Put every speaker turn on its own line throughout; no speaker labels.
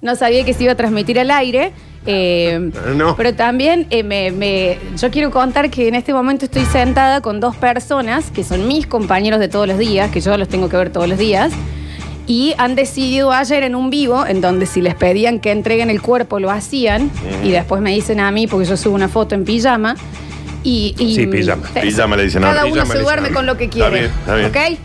No sabía que se iba a transmitir al aire. eh,
No.
Pero también eh, me- me- yo quiero contar que en este momento estoy sentada con dos personas que son mis compañeros de todos los días, que yo los tengo que ver todos los días, y han decidido ayer en un vivo, en donde si les pedían que entreguen el cuerpo, lo hacían, y después me dicen a mí, porque yo subo una foto en pijama, y... y-
Sí, pijama.
te-
Pijama le dicen "Ah,
Cada
ahora.
uno
Pijama
se
le
duerme
dicen
con
ahora.
lo que
Está
quiere.
bien, está
¿ok?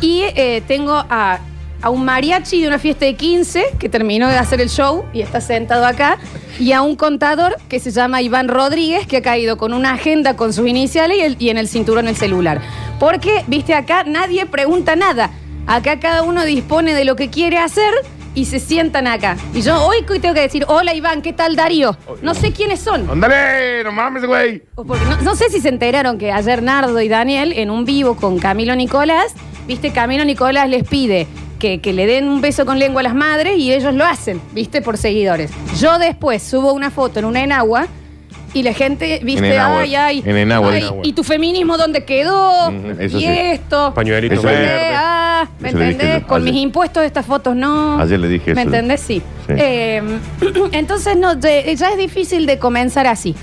Y eh, tengo a, a un mariachi de una fiesta de 15 que terminó de hacer el show y está sentado acá. Y a un contador que se llama Iván Rodríguez que ha caído con una agenda con sus iniciales y, el- y en el cinturón el celular. Porque, viste, acá nadie pregunta nada. Acá cada uno dispone de lo que quiere hacer y se sientan acá. Y yo hoy tengo que decir, hola Iván, ¿qué tal Darío? No sé quiénes son.
¡Ándale! ¡No mames, güey!
O porque no, no sé si se enteraron que ayer Nardo y Daniel, en un vivo con Camilo Nicolás, viste, Camilo Nicolás les pide que, que le den un beso con lengua a las madres y ellos lo hacen, viste, por seguidores. Yo después subo una foto en una enagua y la gente, viste,
En enagua,
ay, ay,
en enagua,
ay,
en enagua.
¿y tu feminismo dónde quedó?
Mm, eso
y
sí.
esto.
Pañuelito
Eso
Eh,
es.
verde.
ah, ¿Me
Eso le dije
entendés?
yo
Con
ayer.
mis impuestos estas fotos no.
Ayer le dije
¿Me
eso.
entendés? Sí.
Sí.
Eh, entonces no, de- ya es difícil de comenzar así.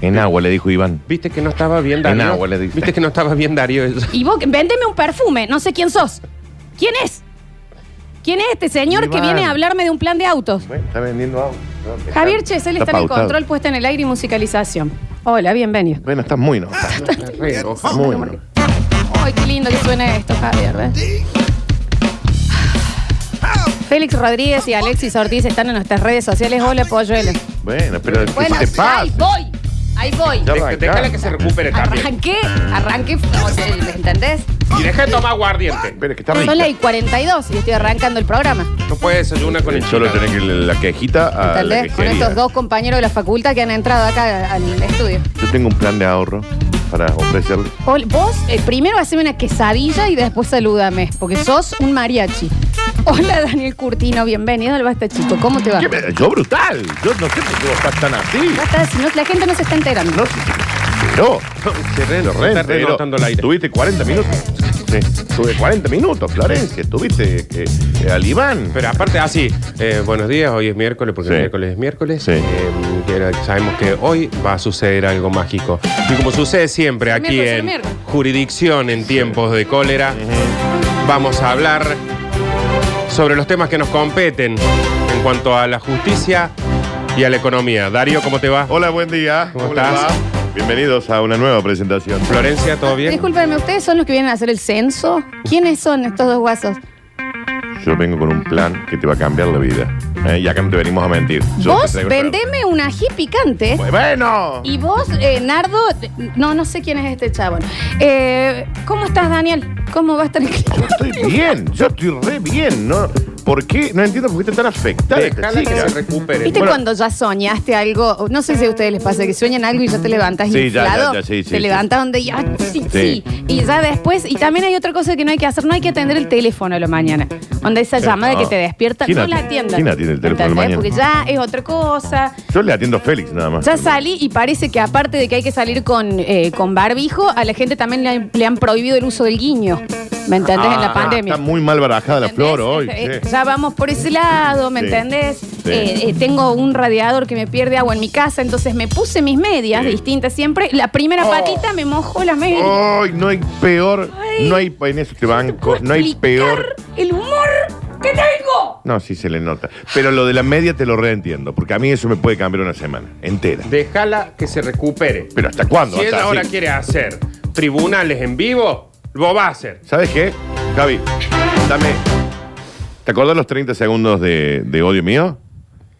En agua, le dijo Iván.
Viste que no estaba bien
En
Darío.
agua le diste.
Viste que no estaba bien Darío. eso.
Y vos, véndeme un perfume, no sé quién sos. ¿Quién es? ¿Quién es este señor que
Iván.
viene a hablarme de un plan de autos?
Bueno, está vendiendo agua.
Javier Chesel está, en el
pautado.
control, puesta en el aire y musicalización. Hola, bienvenido.
Bueno, estás muy no.
Ah,
Está re enojado.
Muy no.
Ay, qué lindo que suena esto, Javier. ¿eh? Félix Rodríguez y Alexis Ortiz están en nuestras redes sociales. Hola, polluelo.
Bueno, pero ¿qué
Bueno,
te
ahí
pasa?
voy. Ahí voy.
Ya
Deja- Déjala que se recupere también.
Arranqué, arranqué. o sea, ¿Entendés?
Y deja de tomar aguardiente.
Pero es que está rica.
Son las 42 y estoy arrancando el programa.
No puedes desayunar con el
Solo
chico.
tenés que la quejita a la
¿Entendés? Con
quejería.
estos dos compañeros de la facultad que han entrado acá al estudio.
Yo tengo un plan de ahorro para ofrecerle.
Ol- Vos eh, primero haceme una quesadilla y después salúdame, porque sos un mariachi. Hola Daniel Curtino, bienvenido al Basta Chico. ¿Cómo te va?
¿Qué me- Yo brutal. Yo no sé por qué vos estás tan así.
Basta, si no, la gente no se está enterando.
No sé. Pero,
Se re-
lo
se
re-
está
pero
renotando el aire.
Tuviste 40 minutos. Sí. Tuve 40 minutos, Florencia. Tuviste eh, eh, al Iván.
Pero aparte, así, buenos días, hoy es miércoles, porque
Sí.
el miércoles es miércoles.
Sí.
Eh, que era- sabemos que hoy va a suceder algo mágico. Y como sucede siempre
El
aquí
miércoles, el
en
miércoles.
Jurisdicción en tiempos de cólera,
eh,
vamos a hablar sobre los temas que nos competen en cuanto a la justicia y a la economía. Darío, ¿cómo te va?
Hola, buen día.
¿Cómo
le
estás?
va? Bienvenidos a una nueva presentación.
Florencia, ¿todo bien?
Discúlpenme, ¿ustedes son los que vienen a hacer el censo? ¿Quiénes son estos dos guasos?
Yo vengo con un plan que te va a cambiar la vida. ¿eh? Y acá no te venimos a mentir. Yo te
vos
traigo-
vendeme un ají picante.
Bueno.
Y vos, eh, Nardo, no, no sé quién es este chabón. Eh, ¿Cómo estás, Daniel? ¿Cómo va a estar el
Yo estoy bien, yo estoy re bien, ¿no? ¿Por qué? No entiendo por qué está tan afectada esta
Déjala que
chica.
se recupere.
¿Viste
Bueno.
cuando ya soñaste algo? No sé si a ustedes les pasa que sueñan algo y ya te levantas
Sí, ya,
inflado.
ya, ya, sí, sí,
te
sí.
levantas donde ya, sí, sí.
Sí.
Y ya después, y también hay otra cosa que no hay que hacer, no hay que atender el teléfono a la mañana. Onda esa llamada
no.
que te despierta,
¿Quién
no
atiende-
la atiendas.
quién atiende el teléfono a la
¿Entendés? Porque ya es otra cosa.
Yo le atiendo a Félix nada más. Ah,
Ya salí y parece que aparte de que hay que salir con, eh, con barbijo, a la gente también le, han- le han prohibido el uso del guiño. ¿Me entendés? en la
Ah,
pandemia.
Está muy mal barajada la
¿Entendés?
flor hoy.
Eh,
sí.
Ya vamos por ese lado, ¿me
Sí,
entendés?
sí.
Eh, eh, tengo un radiador que me pierde agua en mi casa, entonces me puse mis medias
Sí.
distintas siempre. La primera
Oh.
patita me mojó las medias.
Ay, no hay peor,
eh, Ay.
no hay en este
¿Te
banco,
puedo
no hay
explicar
peor.
El humor que tengo.
No, sí se le nota. Pero lo de la media te lo reentiendo, porque a mí eso me puede cambiar una semana entera.
Déjala que se recupere.
Pero ¿hasta cuándo?
Si él
Hasta
ahora
así.
quiere hacer tribunales en vivo, lo va a hacer.
¿Sabes qué? Javi, dame. ¿Te acordás los 30 segundos de, de odio mío?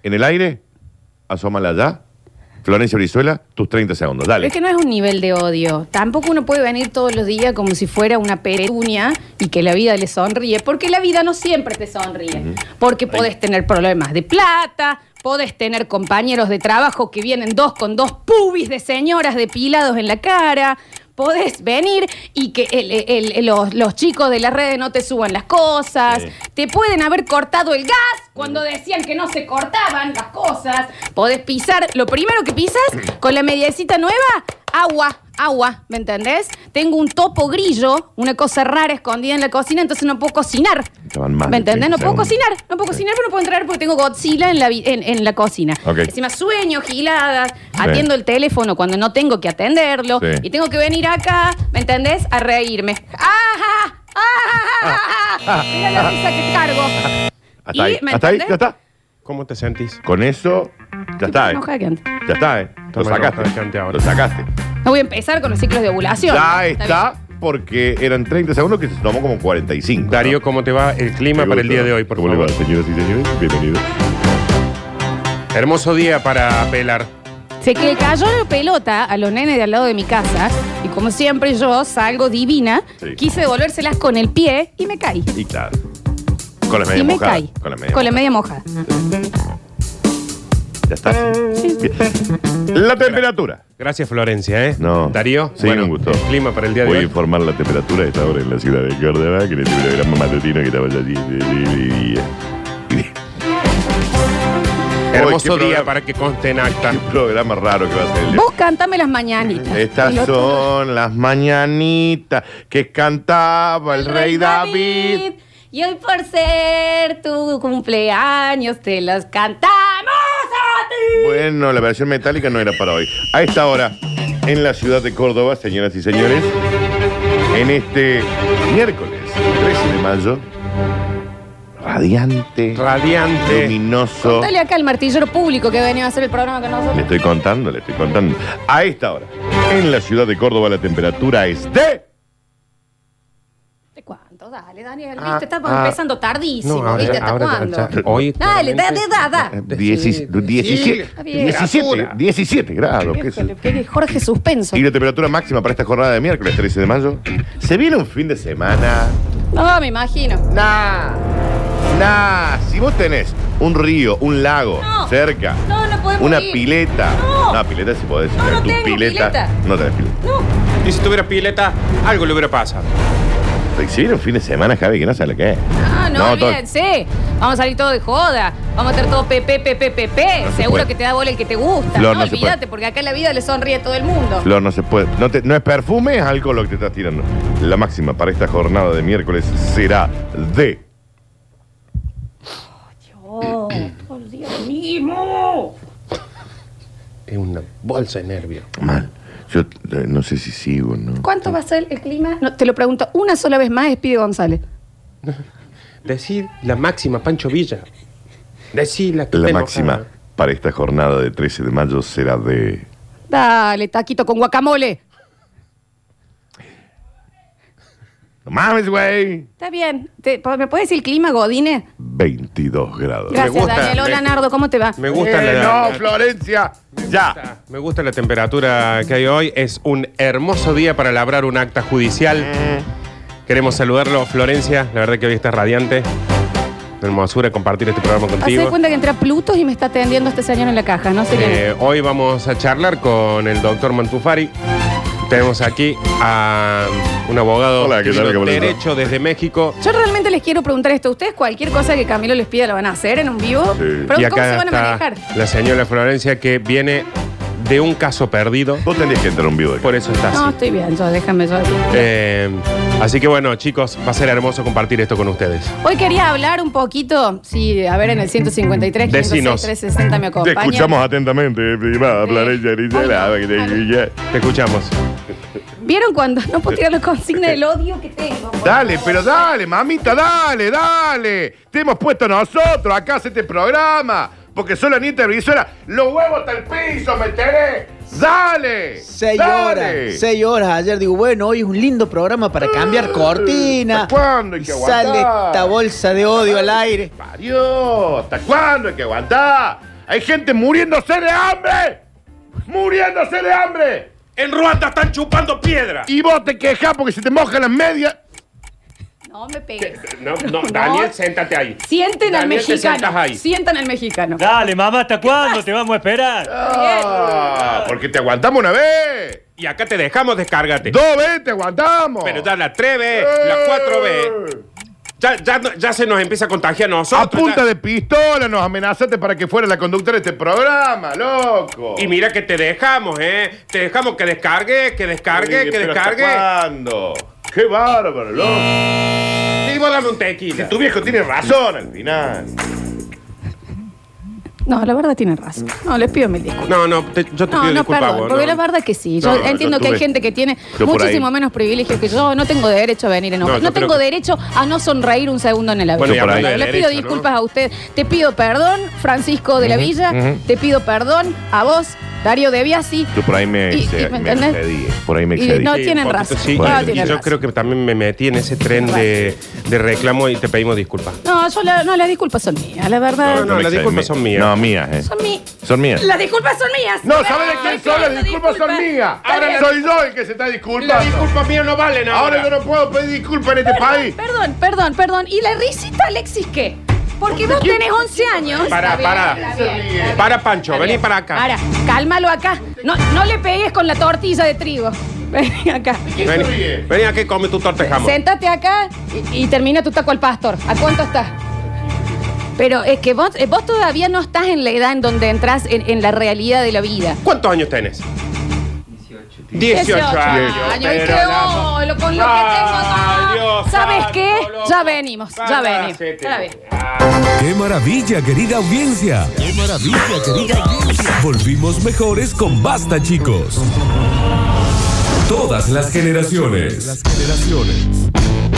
En el aire, asómala ya. Florencia Brizuela, tus 30 segundos. Dale.
Es que no es un nivel de odio. Tampoco uno puede venir todos los días como si fuera una peretunia y que la vida le sonríe, porque la vida no siempre te sonríe. Porque podés tener problemas de plata, podés tener compañeros de trabajo que vienen dos con dos pubis de señoras depilados en la cara. Podés venir y que el- el- el- los, los chicos de las redes no te suban las cosas.
Sí. Mm.
Te pueden haber cortado el gas cuando decían que no se cortaban
Mm.
las cosas. Podés pisar, lo primero que pisas con la mediecita nueva, agua. agua, ¿me entendés? Tengo un topo grillo, una cosa rara escondida en la cocina, entonces no puedo cocinar.
Estaban más
¿Me
de
entendés?
30
No puedo
segundos.
cocinar, no puedo cocinar, pero no puedo entrar porque tengo Godzilla en la, vi- en, en la cocina.
Ok.
Encima sueño, giladas, atiendo el teléfono cuando no tengo que atenderlo
Sí.
y tengo que venir acá, ¿me entendés? A reírme. ¡Ah, ¡Ajá! ¡Ajá!
Ah.
Mira la risa que cargo.
Hasta
Y,
ahí,
¿me
hasta ahí, ya
entendés?
está.
¿Cómo te sentís?
Con eso, ya está, eh.
Enojada que antes.
Ya está, eh. Lo
Toma
sacaste.
nota de cante ahora.
Lo sacaste.
No voy a empezar con los ciclos de ovulación.
Ya
Está
está, porque eran 30 segundos que se tomó como 45.
Darío, ¿cómo te va el clima
Qué
para el
gusto.
día de hoy, por
¿Cómo le
favor?
va, señoras y señores? Bienvenidos.
Hermoso día para apelar.
Se que cayó la pelota a los nenes de al lado de mi casa y como siempre yo salgo divina,
Sí.
quise devolvérselas con el pie y me caí.
Y claro. Con la media
y me
mojada.
caí.
Con la media mojada.
mojada.
Ya está. Bien. La temperatura.
Gracias, Florencia, ¿eh?
No.
Darío,
Sí,
bueno,
un gusto.
el clima para el día de
Voy a
hoy.
informar la temperatura de esta hora en la ciudad de Córdoba, que en el programa matutino que estaba allí. y- y- y- y-
Hermoso
Hoy, qué
día
programa.
para que conste en acta.
Qué programa raro que va a ser el de
Vos cántame las mañanitas.
Estas
Y lo-
son las mañanitas que cantaba el rey David.
Y hoy por ser tu cumpleaños te las cantamos a ti.
Bueno, la versión metálica no era para hoy. A esta hora, en la ciudad de Córdoba, señoras y señores, en este miércoles 13 de mayo, radiante,
Radiante.
luminoso.
Dale acá al martillero público que ha venido a hacer el programa con
Le
nosotros.
estoy contando, le estoy contando. A esta hora, en la ciudad de Córdoba, la temperatura es de.
¿De cuánto? Dale, Daniel.
Ah,
viste, estamos
ah.
empezando tardísimo.
No, ahora-
¿Viste hasta
ahora-
cuándo?
ya- hoy
Dale, da, da, da, da.
Diecis-
Decile,
eh, diecisiete-
Está bien.
17, 17 grados. ¿qué es eso?
Híjole, qué Jorge suspenso.
Y la temperatura máxima para esta jornada de miércoles 13 de mayo. Se viene un fin de semana.
No, me imagino.
Nah. Nah. Si vos tenés un río, un lago
No.
cerca,
No, no podemos
una
ir.
pileta.
No.
pileta si podés.
No,
tener
no
tu
tengo
pileta,
pileta.
No tenés pileta.
No.
Y si tuviera pileta, algo le hubiera pasado.
Si viene un fin de semana, Javi, que no sabe lo que es.
Ah, no,
todo-
olvídense. Vamos a salir todo de joda. Vamos a estar todo pepe, pepe, pepe.
No se
Seguro
puede.
que te da bola el que te gusta.
Flor,
no,
no se puede.
olvídate, porque acá en la vida le sonríe a todo el mundo.
Flor, no se puede. No, te- no es perfume, es alcohol lo que te estás tirando. La máxima para esta jornada de miércoles será de.
Oh, por Dios mismo.
Es una bolsa de nervios.
Mal. Yo eh, no sé si sigo, ¿no?
¿Cuánto va a ser el clima? No, te lo pregunto una sola vez más, Espide González.
Decir la máxima, Pancho Villa. Decir la que
La
te
máxima
enojaba.
para esta jornada de 13 de mayo será de.
Dale, taquito con guacamole.
¡No mames, güey!
Está bien. Te- ¿Me puedes decir el clima, Godine?
22 grados.
Me
Gracias,
gusta,
Daniel. Hola,
me-
Nardo, ¿cómo te va?
Me gusta
Eh,
la
¡No,
la-
Florencia! ¡Ya!
Me gusta la temperatura que hay hoy. Es un hermoso día para labrar un acta judicial. Queremos saludarlo, Florencia. La verdad que hoy estás radiante. Una hermosura compartir este programa
Hacé de
contigo.
cuenta que entra Plutos y me está atendiendo este señor en la caja. No sé quién es.
Eh, hoy vamos a charlar con el doctor Mantufari. Tenemos aquí a um, un abogado
Hola, ¿qué tal?
de
¿Cómo les va?
derecho desde México.
Yo realmente les quiero preguntar esto. ¿Ustedes cualquier cosa que Camilo les pida la van a hacer en un vivo?
Sí.
Pero
y
¿Cómo se
acá
van a manejar?
está la señora Florencia que viene de un caso perdido.
Vos tenés que entrar a un vivo de
Por eso está
No,
así.
estoy bien, yo, déjame yo.
Eh, así que bueno, chicos, va a ser hermoso compartir esto con ustedes.
Hoy quería hablar un poquito, sí, a ver, en el 153,
Decinos.
506, 360 me
Te
acompaña.
escuchamos atentamente, privada,
Sí.
Florencia Grisela.
Algo,
Ya.
Te escuchamos.
¿Vieron cuando? No puedo tirar la consigna del odio que tengo. por
Dale,
favor.
pero dale, mamita, dale, dale. Te hemos puesto nosotros acá a hacer este programa. Porque soy la nieta de Brizuela. Los huevos hasta el piso, me enteré. Dale.
Seis
dale.
horas, seis horas ayer. Digo, bueno, hoy es un lindo programa para cambiar cortina.
¿hasta Mm. cuándo hay
Y
que
Sale
aguantar?
esta bolsa de odio al aire.
Parió, ¿hasta cuándo hay que aguantar? Hay gente muriéndose de hambre. Muriéndose de hambre.
En Ruanda están chupando piedra.
Y vos te quejas porque se te mojan las medias.
No me pegues.
No, no, Daniel, séntate ahí.
Sienten al
Daniel, te sientas
mexicano.
ahí.
Sientan al mexicano.
Dale, mamá, ¿hasta cuándo te vamos a esperar?
Ah, porque te aguantamos una vez.
Y acá te dejamos descargarte.
Dos veces te aguantamos.
Pero ya la 3B,
Eh.
la 4B. Ya, ya no- ya se nos empieza a contagiar a nosotros.
A punta
ya.
de pistola nos amenazaste para que fuera la conductora de este programa, loco.
Y mira que te dejamos, ¿eh? Te dejamos que descargue, que descargue,
Oye,
que
pero ¿hasta
descargue.
¿Cuándo? ¡Qué bárbaro, loco!
Te iba a dar un tequila.
Tu viejo tiene razón al final.
No, la verdad tiene razón. No, les pido mil disculpas.
No, no, te- yo te
No,
pido
no,
disculpas. a
perdón,
vos,
porque la
no.
verdad que sí. Yo
No, no,
entiendo
yo
que hay
tuve-
gente que tiene
yo por
muchísimo
ahí.
menos privilegios que yo. No tengo derecho a venir enojado.
No,
No,
yo creo
tengo
que-
derecho a no sonreír un segundo en el avión.
Bueno,
y
Les
hablando
de
pido
derecho, ¿no?
disculpas a usted. Te pido perdón, Francisco de la Villa. Te pido perdón a vos, Darío de Biasi.
Yo por ahí me,
Y-
exe-
y- ¿me
me
entendés?
excedí. Por ahí me
Y
excedí.
no-
Sí,
tienen
un
razón.
poquito, Sí,
No,
y
tienen
yo
razón.
creo que también me metí en ese tren de, de reclamo y te pedimos disculpas.
No, yo la- no, las disculpas son mías, la verdad.
No, no,
me
las
excedí.
disculpas son mías.
No, mías, eh.
Son mías.
Son mías.
Las disculpas son mías.
No, ¿sabes de quién
Estoy
son? Las
pidiendo
disculpas son mías.
Está
Ahora
bien.
soy yo el que se está disculpando.
mías no valen
Ahora yo no puedo pedir disculpas en este país.
Perdón, perdón, perdón. ¿Y la risita, Alexis, qué? Porque vos tenés 11 años.
Para,
Está bien,
para.
está bien, está bien.
Para, Pancho, vení para acá.
Para, cálmalo acá. No, no le pegues con la tortilla de trigo. Vení acá.
Vení,
sonríe?
vení acá y come tu torta de jamón.
Séntate acá y, y termina tu taco al pastor. ¿A cuánto estás? Pero es que vos, eh, vos todavía no estás en la edad en donde entras en, en la realidad de la vida.
¿Cuántos años tenés? 18. 18 años.
años, y
pero
qué
la-
olo, con lo
Ay,
que tengo. no.
Dios
¿Sabes
santo,
qué?
loco.
Ya venimos, ya venimos.
Parácete.
Está bien.
¡Qué maravilla, querida audiencia! ¡Qué maravilla, querida audiencia! Volvimos mejores con Basta, chicos. Todas las generaciones. Las generaciones.